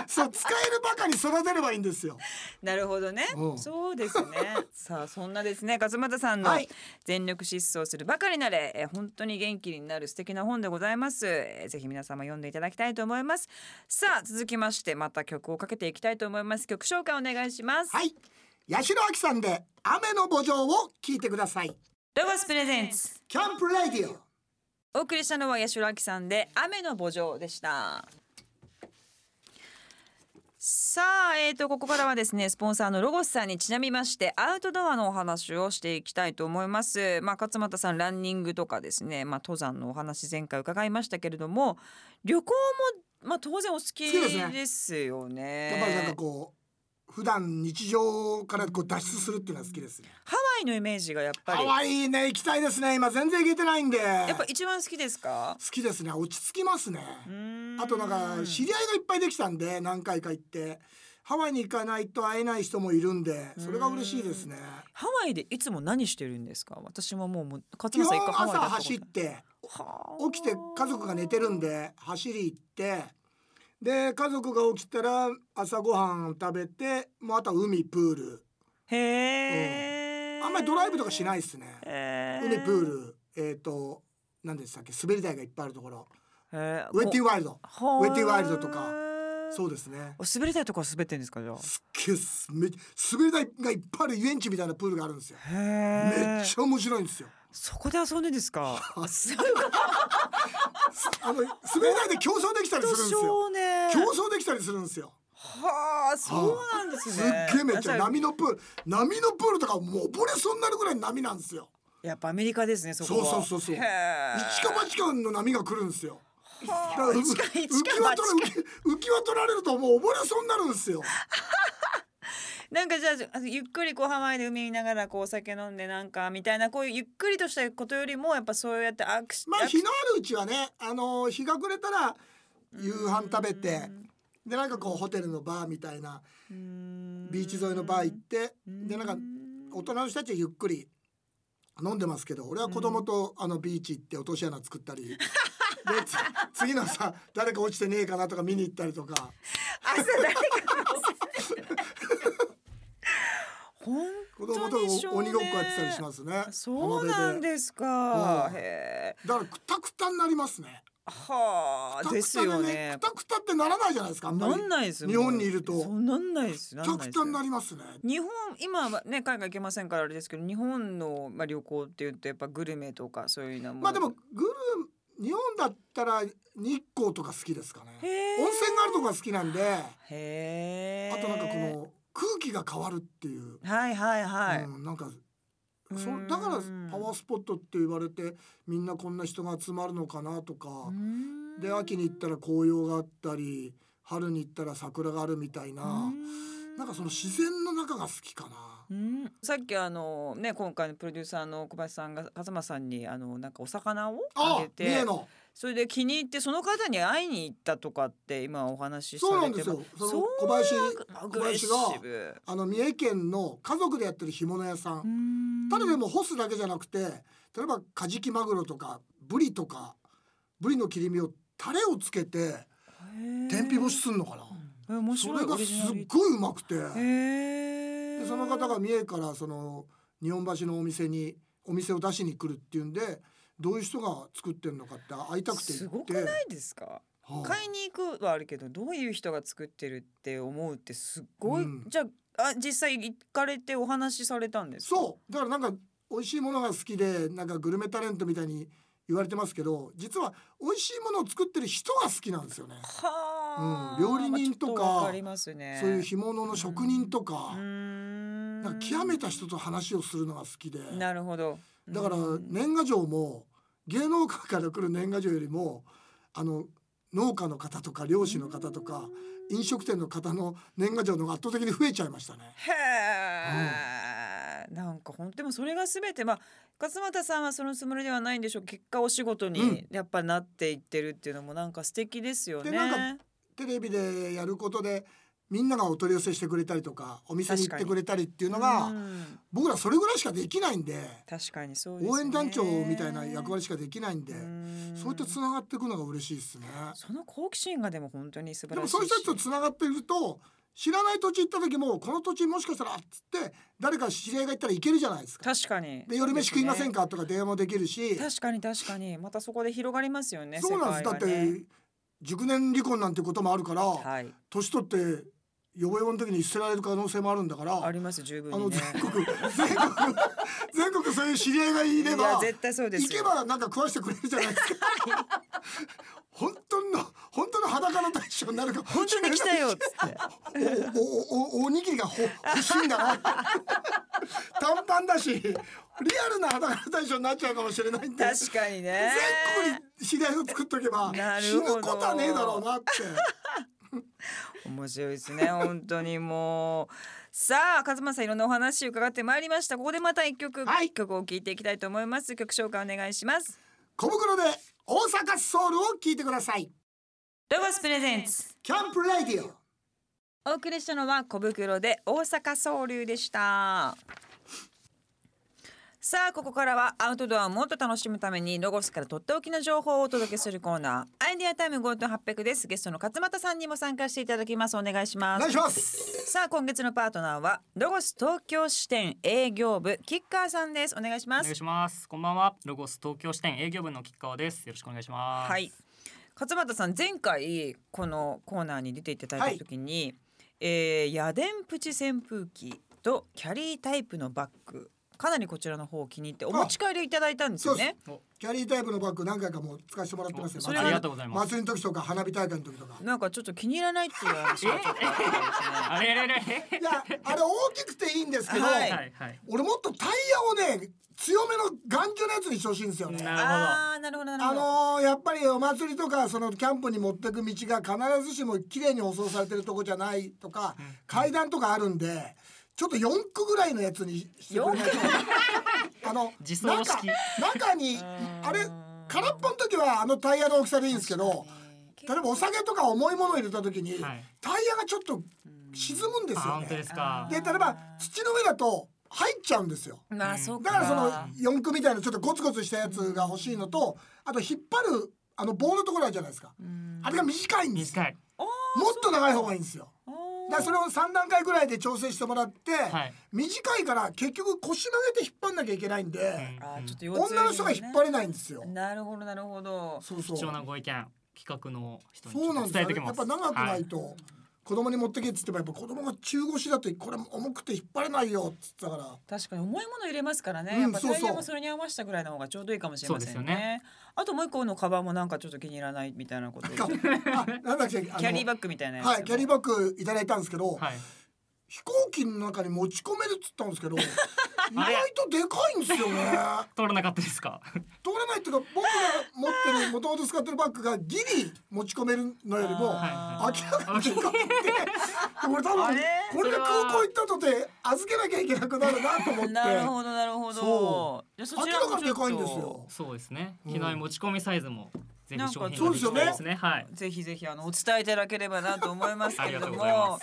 Speaker 2: そう使えるバカに育てればいいんですよ
Speaker 1: なるほどね、
Speaker 2: うん
Speaker 1: そうですね さあそんなですね勝俣さんの
Speaker 2: はい
Speaker 1: 全力疾走するばかりなれ、えー本当に元気になる素敵な本でございます、えーぜひ皆様読んでいただきたいと思いますさあ続きましてまた曲をかけていきたいと思います曲紹介お願いします、
Speaker 2: はい八代亜紀さんで雨の墓場を聞いてください
Speaker 1: ロゴスプレゼンツ
Speaker 2: キャンプレディオ
Speaker 1: お送りしたのは八代亜紀さんで雨の墓場でしたさあ、えー、とここからはですねスポンサーのロゴスさんにちなみましてアウトドアのお話をしていきたいと思います、まあ、勝俣さんランニングとかですね、まあ、登山のお話前回伺いましたけれども旅行も、まあ、当然お好き
Speaker 2: 好きですね
Speaker 1: ですよね
Speaker 2: やっぱりなんかこう普段日常からこう脱出するっていうのは好きですね
Speaker 1: ハワイのイメージがやっぱり
Speaker 2: 可愛いね行きたいですね今全然行けてないんで
Speaker 1: や
Speaker 2: や
Speaker 1: っぱ一番好きですか
Speaker 2: 好きですね落ち着きますね
Speaker 1: うーん
Speaker 2: あとなんか知り合いがいっぱいできたんで何回か行ってハワイに行かないと会えない人もいるんでそれが嬉しいですね
Speaker 1: ハワイでいつも何してるんですか私ももうもう勝
Speaker 2: 基
Speaker 1: 俣さん
Speaker 2: 本
Speaker 1: 一回ハワイ
Speaker 2: 朝
Speaker 1: だったこと
Speaker 2: 走って
Speaker 1: はあ
Speaker 2: 起きて家族が寝てるんで走り行ってで家族が起きたら朝ごはん食べてもうあとは海プール
Speaker 1: へえ、
Speaker 2: あんまりドライブとかしないですね
Speaker 1: へー
Speaker 2: 海プールえっ、と何でしたっけ滑り台がいっぱいあるところ
Speaker 1: へー
Speaker 2: ウェッティワイルド
Speaker 1: こ
Speaker 2: ウェッティワイルドとか
Speaker 1: へー
Speaker 2: そうですね
Speaker 1: お滑り台とか滑ってんですかじゃあ
Speaker 2: すっげえすめ滑り台がいっぱいある遊園地みたいなプールがあるんですよ
Speaker 1: へ
Speaker 2: め
Speaker 1: え
Speaker 2: っちゃ面白いんですよ
Speaker 1: そこで遊んでんです かすごい
Speaker 2: あの滑り台で競争できたりするんですよ
Speaker 1: 少年
Speaker 2: 競争できたりするんですよ
Speaker 1: はあそうなんです
Speaker 2: すっ
Speaker 1: ね
Speaker 2: げえめっちゃ
Speaker 1: あじあ
Speaker 2: 波のプール波のプールとかもう溺れそうになるぐらい波なんですよ
Speaker 1: やっぱアメリカですねそこは
Speaker 2: そうそうそうそう
Speaker 1: へー
Speaker 2: 一か八かの波が来るんですよだから
Speaker 1: はあ
Speaker 2: う浮
Speaker 1: 一か
Speaker 2: き
Speaker 1: 一か
Speaker 2: 輪
Speaker 1: 八か
Speaker 2: 取ら浮き 輪取られるともう溺れそうになるんですよ
Speaker 1: なんかじゃああのゆっくりこうハワイで海見ながらこうお酒飲んでなんかみたいなこういうゆっくりとしたことよりもやっぱそうやってアクシ
Speaker 2: まあ
Speaker 1: アク
Speaker 2: 日のあるうちはねあの日が暮れたら夕飯食べてでなんかこうホテルのバーみたいな
Speaker 1: うーん
Speaker 2: ビーチ沿いのバー行って
Speaker 1: うん
Speaker 2: でなんか大人の人たちはゆっくり飲んでますけど俺は子供とあのビーチ行って落とし穴作ったりでつ 次のさ誰か落ちてねえかなとか見に行ったりとか
Speaker 1: 朝誰か本
Speaker 2: 子
Speaker 1: 当
Speaker 2: 供と
Speaker 1: に少年
Speaker 2: 鬼ごっこやってたりしますね
Speaker 1: そうなんですか
Speaker 2: うん
Speaker 1: へえ
Speaker 2: だからくたくたになりますね
Speaker 1: は
Speaker 2: く
Speaker 1: あ
Speaker 2: た
Speaker 1: で
Speaker 2: く
Speaker 1: す
Speaker 2: た
Speaker 1: よ
Speaker 2: で
Speaker 1: ね
Speaker 2: ねくたくたってならないじゃないですかあんまり
Speaker 1: なんないですよ
Speaker 2: 日本にいると
Speaker 1: そうなんないです
Speaker 2: く
Speaker 1: な
Speaker 2: た
Speaker 1: んない
Speaker 2: く
Speaker 1: です
Speaker 2: たになりますね
Speaker 1: 日本今はね海外行けませんからあれですけど日本のまあ旅行っていうとやっぱグルメとかそういうのも
Speaker 2: まあでもグル日本だったら日光とか好きですかね
Speaker 1: へ
Speaker 2: 温
Speaker 1: え
Speaker 2: 泉があるとこが好きなんであ
Speaker 1: へえ
Speaker 2: となんかこの空気が変わるっていう
Speaker 1: はいはいはい、
Speaker 2: うん、なんかそ
Speaker 1: うん
Speaker 2: だからパワースポットって言われてみんなこんな人が集まるのかなとか
Speaker 1: う、ん
Speaker 2: で秋に行ったら紅葉があったり春に行ったら桜があるみたいな、
Speaker 1: うん
Speaker 2: なんかその自然の中が好きかな。
Speaker 1: うん、さっきあのね今回のプロデューサーの小林さんが勝間さんにあのなんかお魚をあ
Speaker 2: あ
Speaker 1: げ
Speaker 2: 三重
Speaker 1: て
Speaker 2: の
Speaker 1: それで気に入ってその方に会いに行ったとかって今お話しさ
Speaker 2: そうな
Speaker 1: れ
Speaker 2: んで
Speaker 1: て
Speaker 2: すよそ
Speaker 1: そう
Speaker 2: の小林
Speaker 1: ア
Speaker 2: 小
Speaker 1: グレッシ
Speaker 2: 林
Speaker 1: ブ
Speaker 2: があの三重県の家族でやってる干物屋さん、
Speaker 1: うん
Speaker 2: ただでも干すだけじゃなくて例えばカジキマグロとかブリとかブリの切り身をタレをつけて
Speaker 1: へえ
Speaker 2: 天日干しすんのかな、
Speaker 1: え面
Speaker 2: そ
Speaker 1: 白い
Speaker 2: れが
Speaker 1: オリ
Speaker 2: す
Speaker 1: ジナ
Speaker 2: っ
Speaker 1: リテ
Speaker 2: ごいうまくて、
Speaker 1: ィへえ
Speaker 2: でその方が三重からその日本橋のお店にお店を出しに来るっていうんでどういう人が作ってるのかって会いたくて
Speaker 1: す
Speaker 2: 行
Speaker 1: ご
Speaker 2: っ
Speaker 1: く
Speaker 2: て
Speaker 1: ないですか
Speaker 2: はい
Speaker 1: 買いに行くはあるけどどういう人が作ってるって思うってすっごい、
Speaker 2: うん
Speaker 1: じゃああ実際行かれてお話しされたんですか
Speaker 2: そうだからなんか美味しいものが好きでなんかグルメタレントみたいに言われてますけど実は美味しいものを作ってる人が好きなんですよね、
Speaker 1: はあ、
Speaker 2: うん料理人とか
Speaker 1: まあちょっわかりますね。
Speaker 2: そういう干物の職人とか,、
Speaker 1: ん
Speaker 2: なんか極めた人と話をするのが好きで
Speaker 1: なるほど。
Speaker 2: だから
Speaker 1: うん
Speaker 2: 年賀状も芸能界から来る年賀状よりもあの農家の方とか漁師の方とか飲食店の方の年賀状の方が圧倒的に増えちゃいましたね。
Speaker 1: へえ、なんか本当でもそれが全てまあ勝俣さんはそのつもりではないんでしょう結果お仕事にやっぱなっていってるっていうのもなんか素敵ですよね。
Speaker 2: でなんテレビでやることでみんながお取り寄せしてくれたりとかお店に行ってくれたりっていうの
Speaker 1: う
Speaker 2: が
Speaker 1: ん
Speaker 2: 僕らそれぐらいしかできないんで
Speaker 1: 確かにそうです、ね、
Speaker 2: 応援団長みたいな役割しかできないんで
Speaker 1: うん
Speaker 2: そうやってつながっていくのが嬉しいですね。
Speaker 1: その好奇心がでも本当に素晴
Speaker 2: で
Speaker 1: らし
Speaker 2: も
Speaker 1: いし
Speaker 2: そういう人たちとつながっていると知らない土地行った時もこの土地もしかしたらっつって誰か知り合いが行ったら行けるじゃないですか。
Speaker 1: 確かに
Speaker 2: で夜飯食いません
Speaker 1: か、
Speaker 2: かとか電話もできるし
Speaker 1: 確かに確かにまたそこで広がりますよね
Speaker 2: そうなんです、だ
Speaker 1: 世
Speaker 2: っ
Speaker 1: 界がね
Speaker 2: て熟年離婚なんてこともあるから、
Speaker 1: はい
Speaker 2: 年取って予防の時に捨てられる可能性もあるんだから
Speaker 1: あります十分
Speaker 2: あの
Speaker 1: にね
Speaker 2: 全国全国全国そういう知り合いがいれ
Speaker 1: いや
Speaker 2: ば
Speaker 1: 絶対そうです
Speaker 2: 行
Speaker 1: よ
Speaker 2: けばなんか食わしてくれるじゃないです か本当の本当の裸の大将になるか
Speaker 1: 本当に来たよっつって
Speaker 2: おおおおにぎりがほ欲しいんだ な短パンだしリアルな裸の大将になっちゃうかもしれないんで
Speaker 1: 確かに ね
Speaker 2: 全国に知り合いを作っとけば
Speaker 1: な
Speaker 2: 死
Speaker 1: るほ
Speaker 2: ぬ
Speaker 1: ど
Speaker 2: ことはねえだろうなって
Speaker 1: 面白いですね本当にもうさあ勝間さんいろんなお話伺ってまいりましたここでまた一曲、
Speaker 2: はい
Speaker 1: 曲を聞いていきたいと思います曲紹介お願いします
Speaker 2: 小袋で大阪ソウルを聞いてください
Speaker 1: ロゴスプレゼンツ
Speaker 2: キャンプラディオ
Speaker 1: お送りしたのは小袋で大阪総流でしたさあここからはアウトドアをもっと楽しむためにロゴスからとっておきの情報をお届けするコーナーアイデアタイム5800ですゲストの勝俣さんにも参加していただきますお願いし
Speaker 2: お
Speaker 1: ます
Speaker 2: 願いします
Speaker 1: さあ今月のパートナーはロゴス東京支店営業部キッカーさんですお願いしま
Speaker 4: お願
Speaker 1: す
Speaker 4: いします。こんばんは。ロゴス東京支店営業部の吉川です。よろしくお願いします。
Speaker 1: はい。勝俣さん前回このコーナーに出ていただいた時に、えー家電プチ扇風機とキャリータイプのバッグかなりこちらの方を気に入ってお持ち帰りをいただいたんですよね。
Speaker 2: キャリータイプのバッグ何回かもう使わせてもらってますよ
Speaker 1: それは
Speaker 4: ありがとうございます。
Speaker 2: 祭りの時とか花火大会の時とか
Speaker 1: なんかちょっと気に入らないっていう話がちょっとあったんですね。
Speaker 4: あれあれあれ。
Speaker 2: いやあれ大きくていいんですけど、
Speaker 1: はい
Speaker 4: はいはい。
Speaker 2: 俺もっとタイヤをね強めの頑丈なやつにしてほしいんですよね
Speaker 4: なるほど
Speaker 1: ああなるほどなる
Speaker 2: あ
Speaker 1: ほど。
Speaker 2: のーやっぱりお祭りとかそのキャンプに持ってく道が必ずしも綺麗に舗装されてるとこじゃないとか、階段とかあるんでちょっと四駆ぐらいのやつにしてくれないとあの
Speaker 4: 自走式
Speaker 2: 中中にあれ空っぽの時はあのタイヤの大きさでいいんですけど例えばお酒とか重いものを入れた時に、
Speaker 4: はい
Speaker 2: タイヤがちょっと沈むんです
Speaker 4: あ
Speaker 2: よ
Speaker 4: 本
Speaker 2: ね。
Speaker 4: 当ですか。
Speaker 2: で例えば土の上だと入っちゃうんですよ。
Speaker 1: まあそう
Speaker 2: だ
Speaker 1: か。
Speaker 2: からその四駆みたいなちょっとゴツゴツしたやつが欲しいのとあと引っ張るあの棒のところあるじゃないですかあれが短いんですよ
Speaker 4: 短い。
Speaker 2: もっと長い方がいいんですよ
Speaker 1: あ
Speaker 2: だからそれを3段階ぐらいで調整してもらって、
Speaker 4: はい
Speaker 2: 短いから結局腰曲げて引っ張んなきゃいけないんで、
Speaker 1: ーあーちょっと腰痛
Speaker 2: 女の人が引っ張れないんですよ、
Speaker 1: い。なるほどなるほど。
Speaker 2: そうそ
Speaker 4: 貴重な
Speaker 2: う
Speaker 4: ご意見企画の人にち
Speaker 2: そ
Speaker 4: ょ
Speaker 2: う
Speaker 4: っ
Speaker 2: なんです
Speaker 4: と伝え
Speaker 2: よ
Speaker 4: てき
Speaker 2: や
Speaker 4: ま
Speaker 2: っ
Speaker 4: す。
Speaker 2: ぱ長くない
Speaker 4: は
Speaker 2: と、子供に持ってけっつってもやっぱ子供が中腰だとこれ重くて引っ張れないよっつってたから
Speaker 1: 確かに重いもの入れますからね、
Speaker 2: うん
Speaker 1: やっぱ
Speaker 2: そうそ
Speaker 1: タイ
Speaker 2: う
Speaker 1: ヤもそれに合わせたぐらいの方がちょうどいいかもしれません
Speaker 4: そう
Speaker 1: ね
Speaker 4: ですよね
Speaker 1: あともう一個のカバンもなんかちょっと気に入らないみたいなことで
Speaker 2: あなんだっけあの
Speaker 1: キャリーバッグみたいなやつ
Speaker 2: はい、キャリーバッグいただいたんですけど、
Speaker 4: はい。
Speaker 2: 飛行機の中に持ち込めるっつったんですけど意外とでかいんですよね
Speaker 4: 通らなかったですか。
Speaker 2: 通れないっていうか僕が持ってるもともと使ってるバッグがギリ持ち込めるのよりも
Speaker 1: あ
Speaker 2: 明
Speaker 1: ー
Speaker 2: らかにでかくてこれ多
Speaker 1: あ
Speaker 2: 分
Speaker 1: れ
Speaker 2: これで
Speaker 4: それは
Speaker 2: 空港行ったとて預けなきゃいけなくなるなと思っ て
Speaker 1: なるほどなるほど
Speaker 2: そ
Speaker 1: いやそ
Speaker 2: 明
Speaker 1: ちら
Speaker 2: らか
Speaker 1: も
Speaker 2: に
Speaker 1: ちょ
Speaker 2: で
Speaker 1: っと
Speaker 2: かいんですよ。
Speaker 4: そうですね。
Speaker 2: うん
Speaker 4: 機内持ち込みサイズもぜ
Speaker 1: なん
Speaker 4: ひ
Speaker 1: か
Speaker 4: 商品
Speaker 1: そう
Speaker 4: が
Speaker 2: でよね
Speaker 4: ですきたいですね。はい。
Speaker 1: ぜひぜひあのお伝えいただければなと思いますけれど
Speaker 4: あ
Speaker 1: も
Speaker 4: りがとうございま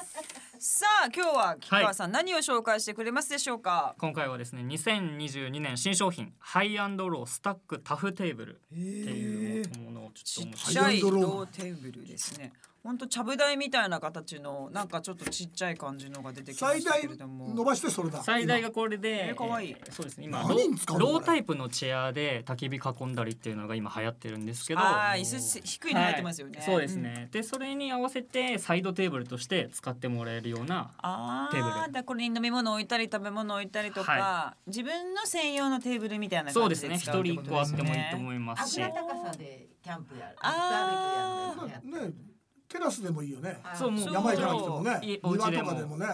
Speaker 1: さあ今日は菊川さん、何を紹介してくれますでしょうか
Speaker 4: 今回はですね2022年新商品ハイアンドロースタックタフテーブルっていうものをち
Speaker 1: ち
Speaker 4: ょっ
Speaker 1: っ
Speaker 4: とお持ち
Speaker 1: ちゃいローテーブルですねほんとちゃぶ台みたいな形のなんかちょっとちっちゃい感じのが出てきま
Speaker 2: 最
Speaker 1: した
Speaker 2: 大
Speaker 1: けれども
Speaker 2: 伸ばしてそれだ
Speaker 4: 最大がこれ
Speaker 1: えー
Speaker 4: で、
Speaker 1: かわいい
Speaker 4: えーそうですね。今ロ
Speaker 2: 何に使う
Speaker 4: ー
Speaker 2: のこれ
Speaker 4: ロータイプのチェアで焚き火囲んだりっていうのが今流行ってるんですけど、
Speaker 1: あー椅子せ低いの入ってますよね、
Speaker 4: はいそうですね。でそれに合わせてサイドテーブルとして使ってもらえるような、
Speaker 1: あ
Speaker 4: テーブ
Speaker 1: あ
Speaker 4: ル
Speaker 1: だこれに飲み物置いたり食べ物置いたりとか、
Speaker 4: は
Speaker 1: 自分の専用のテーブルみたいな
Speaker 4: そう
Speaker 1: 感
Speaker 4: で
Speaker 1: じ
Speaker 4: す
Speaker 1: で
Speaker 4: ね。一
Speaker 1: 使うって
Speaker 4: 人
Speaker 1: こ
Speaker 4: 一
Speaker 1: と
Speaker 4: 個あ
Speaker 1: で
Speaker 4: っ
Speaker 1: す
Speaker 4: てもいいと
Speaker 1: ね。
Speaker 4: 思いますし
Speaker 3: 油、高さでキャンプやる。
Speaker 1: あー
Speaker 3: バーベキューやるの
Speaker 2: ねテラスでもいいよね
Speaker 3: あ
Speaker 4: そうもう
Speaker 2: 山行かなくてもね
Speaker 4: いお
Speaker 2: 庭
Speaker 4: 家で
Speaker 2: とか
Speaker 4: も
Speaker 2: でもね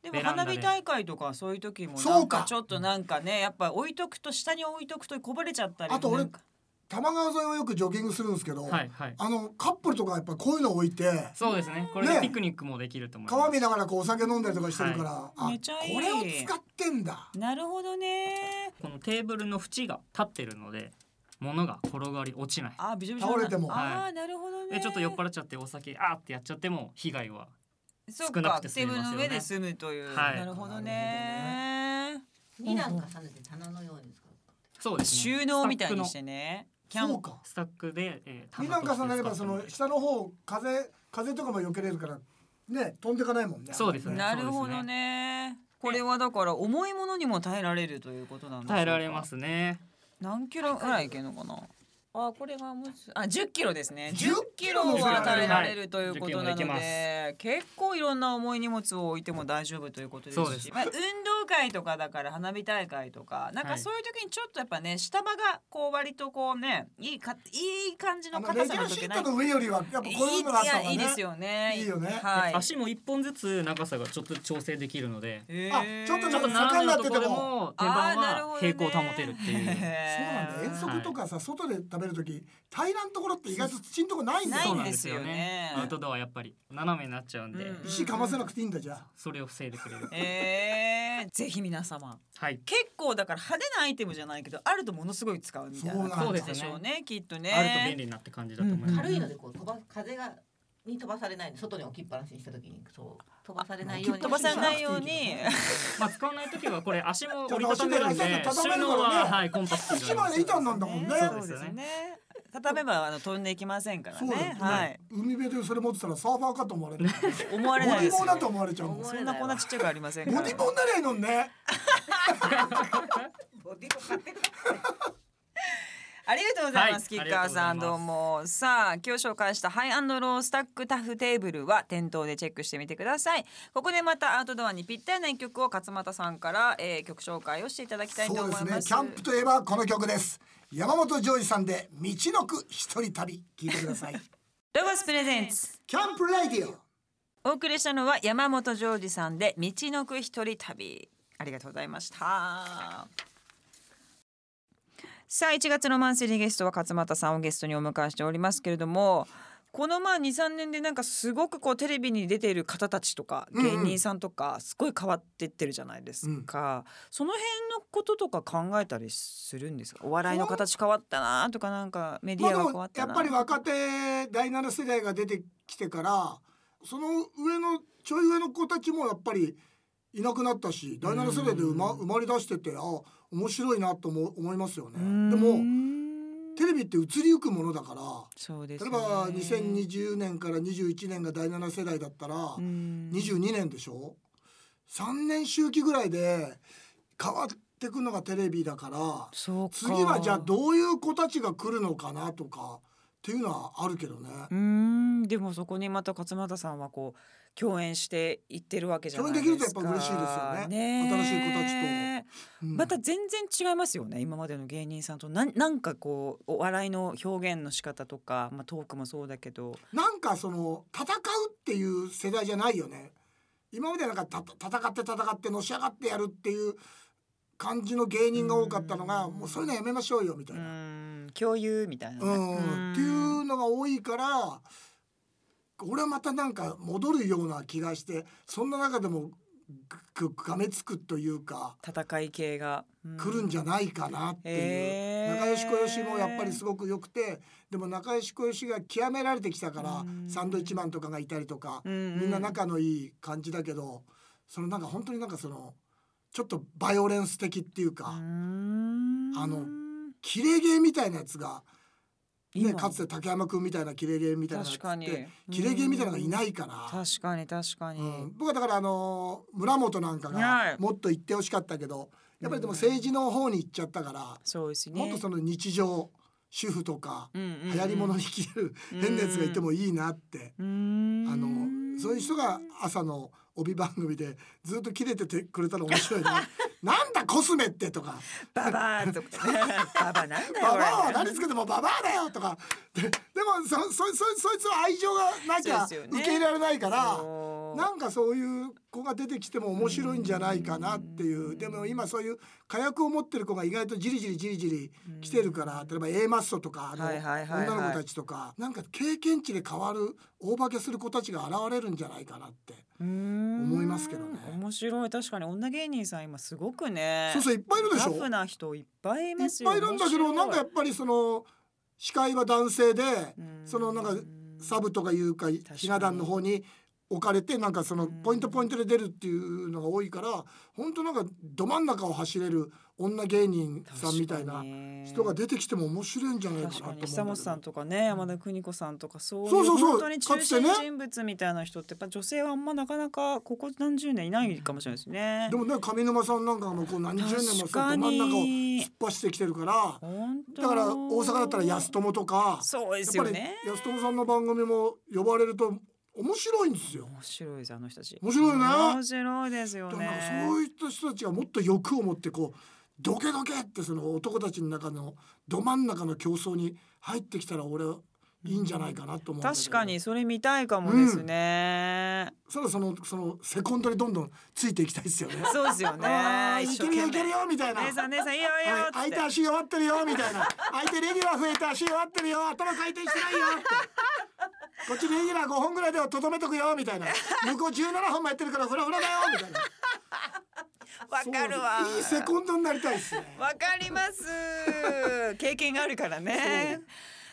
Speaker 1: でも
Speaker 4: ベランダ
Speaker 1: 花
Speaker 4: で
Speaker 1: 火大会とかそういう時も
Speaker 2: そ
Speaker 1: な
Speaker 2: うんか
Speaker 1: かちょっとなんかねやっぱ置いとくと下に置いとくとこぼれちゃったり
Speaker 2: あと俺
Speaker 1: なんか
Speaker 2: 多摩川沿いをよくジョギングするんですけど、
Speaker 4: はいはい。
Speaker 2: あのカップルとかやっぱこういうの置いて
Speaker 4: そうですね。これで
Speaker 2: ね
Speaker 4: ピクニックもできると思います。
Speaker 2: 川見ながらこうお酒飲んだりとかしてるから、あ
Speaker 1: めちゃいい
Speaker 2: これを使ってんだ
Speaker 1: なるほどね
Speaker 4: このテーブルの縁が立ってるので、物が転がり落ちない。
Speaker 1: あびしょびしょな
Speaker 2: 倒れても
Speaker 1: ああなるほどね
Speaker 4: でちょっと酔っ払っちゃってお酒あーってやっちゃっても被害は
Speaker 1: そう
Speaker 4: 少な
Speaker 1: か
Speaker 4: くて
Speaker 1: テー
Speaker 4: 済み
Speaker 1: ブル
Speaker 4: ま
Speaker 1: の
Speaker 4: すよね
Speaker 1: 上で済むという、
Speaker 4: はい
Speaker 1: なるほどね
Speaker 3: 二段重ねて棚のように使う。
Speaker 4: そうですね。
Speaker 1: 収納みたいにしてねキャ
Speaker 2: そう
Speaker 1: ン
Speaker 2: か
Speaker 4: スタックのスタックで、えー、
Speaker 2: 二段重ねればその
Speaker 4: 棚として使
Speaker 2: 下の方風風とかも避けれるからね飛んでかないもんね
Speaker 4: そうですね
Speaker 1: なるほどねこれはだから重いものにも耐えられるということなん
Speaker 4: っ
Speaker 1: で
Speaker 4: て
Speaker 1: す
Speaker 4: 耐えられますね。
Speaker 1: 何キロぐらいいけるのかなあこれがもしあ10キロですね10
Speaker 2: 10
Speaker 1: キロは耐えられるということなの
Speaker 4: 10キロもできま
Speaker 1: で結構いろんな重い荷物を置いても大丈夫ということですし
Speaker 4: そうです
Speaker 1: まあ、運動会とかだから花火大会とかなん
Speaker 4: は
Speaker 1: か
Speaker 4: い
Speaker 1: そういう時にちょっとやっぱね下場がこう割とこうねいいかいい感じの
Speaker 2: あの
Speaker 1: 硬
Speaker 2: レジ
Speaker 1: さの
Speaker 2: ャーシ
Speaker 1: 時
Speaker 2: ー
Speaker 1: ない
Speaker 2: トの上よりはやっぱこういうのがあった方が
Speaker 1: いいいや
Speaker 2: ね
Speaker 1: いいですよね
Speaker 2: いいよね
Speaker 1: はい
Speaker 4: 足も一本ずつ長さがちょっと調整できるので、
Speaker 1: へー
Speaker 2: あちょっと
Speaker 4: ちょっと斜めのところでも天板は平行を保てるって
Speaker 2: そ
Speaker 4: いう。
Speaker 2: うなんだ
Speaker 1: へー
Speaker 2: 遠足とかさ外で食べる時平らなところって意外と土のとこないんだ
Speaker 1: そ
Speaker 2: よ
Speaker 1: うなん
Speaker 4: なん
Speaker 1: で
Speaker 4: ですす
Speaker 1: よ
Speaker 4: よ
Speaker 1: ね
Speaker 4: ね。アウトドアはやっぱり斜めになっちゃうんで、
Speaker 1: うん
Speaker 2: 石かませなくていいんだじゃあ
Speaker 4: それを防いでくれる。
Speaker 1: えー、ぜひ皆様
Speaker 4: はい。
Speaker 1: 結構だから派手なアイテムじゃないけどあるとものすごい使うみたい
Speaker 2: そう
Speaker 1: な
Speaker 2: なん
Speaker 1: 感
Speaker 4: で
Speaker 1: じ
Speaker 4: すね
Speaker 1: でしょうねきっとね
Speaker 4: あると便利なって感じだと思います。
Speaker 3: 軽いのでこう飛ば風がに飛ばされないんで外に置きっぱなしにした時にそう飛ばされないように
Speaker 1: 飛ばされないように
Speaker 4: まあ使わないときはこれ足も折りたためるんで、
Speaker 2: ちょっと足
Speaker 4: 収
Speaker 2: の裏ちょっと
Speaker 4: 納
Speaker 2: 畳めるから
Speaker 4: は
Speaker 2: ね
Speaker 4: はいコンパクトにな
Speaker 2: 一
Speaker 4: りま
Speaker 2: 枚
Speaker 4: す
Speaker 2: の板なんだもんね
Speaker 1: ね
Speaker 4: そ
Speaker 1: そ
Speaker 4: う
Speaker 1: う
Speaker 4: で
Speaker 1: ですす
Speaker 4: よ
Speaker 1: ね畳めばあの飛んでいきませんから
Speaker 2: そうだよ
Speaker 1: ね
Speaker 2: ね
Speaker 1: はい
Speaker 2: 海辺でそれ持ってたらサーファーかと思わ れる
Speaker 1: 思わ
Speaker 2: ボデ
Speaker 1: れないで
Speaker 2: ィ
Speaker 1: す
Speaker 2: ボ
Speaker 1: よ
Speaker 2: ーだと思われちゃうもんボ
Speaker 3: 思わ
Speaker 1: そ
Speaker 3: れ
Speaker 1: ん
Speaker 3: な
Speaker 1: ない
Speaker 3: わ
Speaker 1: こんなちっちゃくありません
Speaker 2: デ
Speaker 1: から
Speaker 2: ィボーになりゃいいのにね
Speaker 3: ボディコ買ってください
Speaker 1: ありがとうございます、
Speaker 4: はい
Speaker 1: キッカーさ
Speaker 4: あ
Speaker 1: ん
Speaker 4: りがと
Speaker 1: ど
Speaker 4: う
Speaker 1: う
Speaker 4: ござい
Speaker 1: もさあ今日紹介したハイアンドロースタックタフテーブルは店頭でチェックしてみてくださいここでまたアウトドアにぴったりな一曲を勝俣さんから、えー、曲紹介をしていただきたいと
Speaker 2: そ
Speaker 1: 思
Speaker 2: う
Speaker 1: い
Speaker 2: で
Speaker 1: ます
Speaker 2: すねキャンプといえばこの曲です山本譲二さんで道のく一人旅聞いてください
Speaker 1: ロゴスプレゼンツ
Speaker 2: キャンプラディオ
Speaker 1: お送りしたのは山本譲二さんで道のく一人旅ありがとうございましたさあ1月のマンスリーゲストは勝俣さんをゲストにお迎えしておりますけれどもこのまあ23年でなんかすごくこうテレビに出ている方たちとか
Speaker 2: うんう
Speaker 1: 芸
Speaker 2: ん
Speaker 1: 人さんとかすごい変わってってるじゃないですか、その辺のこととか考えたりするんですかお笑いの形変わったなとかなんかメディ
Speaker 2: まあ
Speaker 1: アが変
Speaker 2: で
Speaker 1: わ
Speaker 2: も
Speaker 1: った
Speaker 2: や
Speaker 1: な
Speaker 2: っぱり若手第7世代が出てきてからその上のちょい上の子たちもやっぱりいなくなったし第7世代で生ま
Speaker 1: うん
Speaker 2: 生まれ出しててあ面白いなとも思いますよ
Speaker 1: う
Speaker 2: ね
Speaker 1: ー。ん
Speaker 2: でもテレビって移りゆくものだから
Speaker 1: そうです
Speaker 2: 例
Speaker 1: ね
Speaker 2: えば2020年から21年が第7世代だったら
Speaker 1: うん
Speaker 2: 22年でしょ3年周期ぐらいで変わってくのがテレビだから
Speaker 1: そうか
Speaker 2: 次はじゃあどういう子たちが来るのかなとかっていうのはあるけどね。
Speaker 1: うーんでもそこにまた勝俣さんはこう共演していってるわけじゃないですか
Speaker 2: 共演できるとやっぱ嬉しいですよね
Speaker 1: え
Speaker 2: 新しい子たうん
Speaker 1: また全然違いますよね今までの芸人さんとなんなんかこうお笑いの表現の仕方とか、まあ、トークもそうだけど
Speaker 2: なんかその戦うっていう世代じゃないよね今まではなんかた戦って戦ってのし上がってやるっていう感じの芸人が多かったのが
Speaker 1: うん
Speaker 2: もうそういうのやめましょうよみ
Speaker 1: う
Speaker 2: たいな、
Speaker 1: ーん共有みたいなね、
Speaker 2: うん
Speaker 1: ん
Speaker 2: っていうのが多いから俺はまたなんか戻るような気がしてそんな中でもぐぐがめつくというか
Speaker 1: 戦い系が、う
Speaker 2: 来るんじゃないかなっていう。
Speaker 1: へー
Speaker 2: 仲良し小良しもやっぱりすごく良くてでも仲良し小良しが極められてきたから
Speaker 1: うん
Speaker 2: サンドイッチマンとかがいたりとか
Speaker 1: うんうん
Speaker 2: みんな仲のいい感じだけどそのなんか本当になんかそのちょっとバイオレンス的っていう
Speaker 1: うー
Speaker 2: か
Speaker 1: ん
Speaker 2: あの綺麗芸みたいなやつがね
Speaker 1: 今
Speaker 2: かつて竹山くんみたいな綺麗芸みたいなやつ
Speaker 1: 確か
Speaker 2: っ
Speaker 1: に
Speaker 2: て綺麗芸みたいなのがいないから
Speaker 1: 確かに確かに、
Speaker 2: うん僕はだからあのー村本なんか
Speaker 1: はい
Speaker 2: がもっと言ってほしかったけどやっぱりでも政治の方に行っちゃったから
Speaker 1: そうですね
Speaker 2: もっとその日常主婦とか
Speaker 1: うんうんうん
Speaker 2: 流行り物に生きる
Speaker 1: うん
Speaker 2: 変なやつがいてもいいなって、
Speaker 1: うーん
Speaker 2: あのそういう人が朝の帯番組でずっと切れててくれたら面白いななんだコスメってとか
Speaker 1: ババアと かババアなんだよ
Speaker 2: ババアは
Speaker 1: 俺
Speaker 2: 何つけてもババアだよとかででもそそそそいつは愛情がなきゃ
Speaker 1: そうですよね
Speaker 2: 受け入れられないから、
Speaker 1: そう
Speaker 2: なんかそういう子が出てきても面白いんじゃないかなっていうでも今そういう火薬を持ってる子が意外とじりじりじりじり来てるから例えば A マッソとかあの
Speaker 1: はいはいはいはい
Speaker 2: 女の子たちとかなんか経験値で変わる大化けする子たちが現れるんじゃないかなって。
Speaker 1: 思
Speaker 2: いますけどね
Speaker 1: 面白い確かに女芸人さん今すごくね
Speaker 2: そうそういっぱいいるでしょ
Speaker 1: ラフな人いっぱいい
Speaker 2: い
Speaker 1: ま
Speaker 2: っ
Speaker 1: すよ
Speaker 2: ぱいいるんだけど
Speaker 1: 面白い
Speaker 2: なんかやっぱりその司会は男性で
Speaker 1: うん
Speaker 2: そのなんかサブとかいうかひな壇の方に置かれてなんかそのポイントポイントで出るっていうのが多いから本当なんかど真ん中を走れる女芸人さんみたいな人が出てきても面白いんじゃないかな
Speaker 1: 確
Speaker 2: と
Speaker 1: か
Speaker 2: 思うん
Speaker 1: に
Speaker 2: だけ
Speaker 1: 久
Speaker 2: ど
Speaker 1: 本さんとかね山田邦子さんとかそういう
Speaker 2: そうそうそう
Speaker 1: 本当に中
Speaker 2: かつて
Speaker 1: 心
Speaker 2: ね
Speaker 1: 人物みたいな人ってやっぱ女性はあんまなかなかここ何十年いないかもしれないですね
Speaker 2: で。もね上沼さんなんかもこう何十年も
Speaker 1: 確
Speaker 2: そ
Speaker 1: か
Speaker 2: の
Speaker 1: に
Speaker 2: ど真ん中を突っ走ってきてるから
Speaker 1: 本当
Speaker 2: だから大阪だったら安友とか
Speaker 1: そうで
Speaker 2: やっ
Speaker 1: すよ
Speaker 2: ぱり
Speaker 1: ね。
Speaker 2: 安友さんの番組も呼ばれると面白いんですよ。
Speaker 1: 面白いですあの人たち。
Speaker 2: 面白いよね
Speaker 1: 面白いです
Speaker 2: だ
Speaker 1: よ
Speaker 2: か
Speaker 1: ね
Speaker 2: ら。なんかそういった人たちがもっと欲を持ってこうどけどけってその男たちの中のど真ん中の競争に入ってきたら俺はいいんじゃないかなと思うんだけど
Speaker 1: 確かにそれ見たいかもですね。
Speaker 2: そらそのそのセコンドにどんどんついていきたいですよね。
Speaker 1: そうですよ
Speaker 2: あ
Speaker 1: ね。
Speaker 2: ー
Speaker 1: 一
Speaker 2: い
Speaker 1: 生
Speaker 2: ける
Speaker 1: 懸命
Speaker 2: よいけるよみたいな。
Speaker 1: 姉さん姉さんいいよいいよ
Speaker 2: はい
Speaker 1: っつっ
Speaker 2: 空
Speaker 1: て
Speaker 2: いた足弱ってるよみたいな。空いてレギュラー増えた足弱ってるよ頭回転してないよって。こっちレギュラー5本ぐらいではとどめとくよみたいな。向こう17本もやってるからフラフラだよみたいな。
Speaker 1: わかるわ
Speaker 2: そういいセコンドになりたいですね。
Speaker 1: わかります。経験があるからね。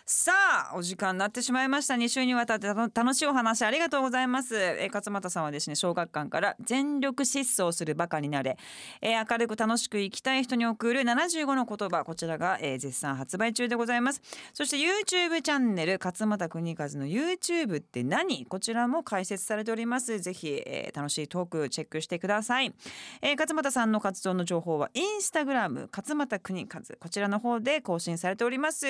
Speaker 1: さあお時間になってしまいました2週にわたってたの楽しいお話ありがとうございます、えー勝俣さんはですね小学館から全力疾走するバカになれ、えー明るく楽しく生きたい人に送る75の言葉こちらが、えー絶賛発売中でございますそして YouTube チャンネル勝俣邦和の YouTube って何こちらも解説されておりますぜひ、えー楽しいトークチェックしてくださいえー勝俣さんの活動の情報はインスタグラム勝俣邦和こちらの方で更新されております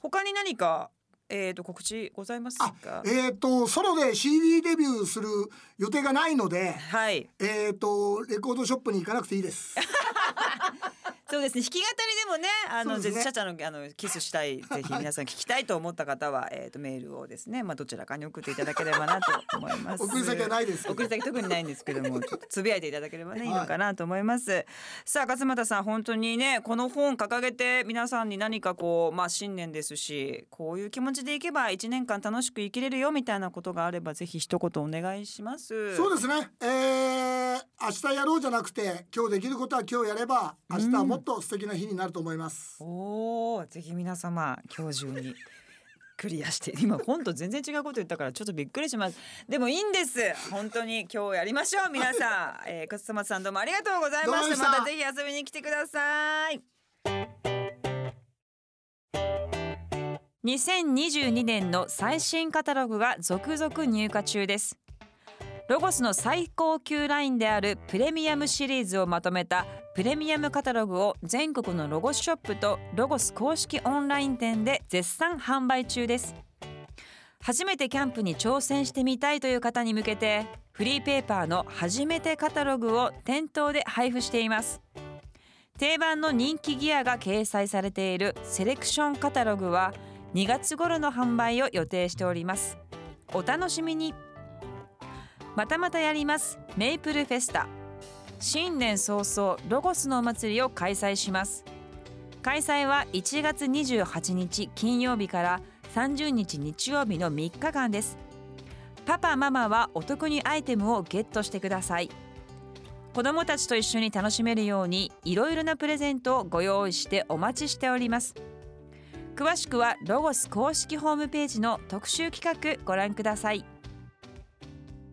Speaker 1: 他に何かえー、と告知ございますか
Speaker 2: えっ、とソロで CD デビューする予定がないので、
Speaker 1: はい
Speaker 2: えっ、とレコードショップに行かなくていいです。
Speaker 1: そうですね弾き語りでもねあの
Speaker 2: そうですね
Speaker 1: ぜひチャチャのあのキスした いぜひ皆さん聞きたいと思った方は、えー、とメールをですねまあどちらかに送っていただければなと思います
Speaker 2: 送り先はないですけど
Speaker 1: 送り先特にないんですけど もちょっとつぶやいていただければねいいのかなと思います、さあ勝俣さん本当にねこの本掲げて皆さんに何かこうまあ新年ですしこういう気持ちでいけば一年間楽しく生きれるよみたいなことがあればぜひ一言お願いします
Speaker 2: そうですね。えー明日やろうじゃなくて今日できることは今日やれば明日はもっと素敵な日になると思います。
Speaker 1: おお、ぜひ皆様今日中にクリアして、今本当全然違うこと言ったからちょっとびっくりします。でもいいんです。本当に今日やりましょう皆さん。えー、勝様さんどうもありがとうございま
Speaker 2: どうもで
Speaker 1: し。
Speaker 2: したた
Speaker 1: またぜひ遊びに来てください。2022年の最新カタログが続々入荷中です。ロゴスの最高級ラインであるプレミアムシリーズをまとめたプレミアムカタログを全国のロゴスショップとロゴス公式オンライン店で絶賛販売中です初めてキャンプに挑戦してみたいという方に向けてフリーペーパーの初めてカタログを店頭で配布しています定番の人気ギアが掲載されているセレクションカタログは2月頃の販売を予定しておりますお楽しみにまたまたやりますメイプルフェスタ新年早々ロゴスのお祭りを開催します開催は1月28日金曜日から30日日曜日の3日間ですパパママはお得にアイテムをゲットしてください子どもたちと一緒に楽しめるようにいろいろなプレゼントをご用意してお待ちしております詳しくはロゴス公式ホームページの特集企画ご覧ください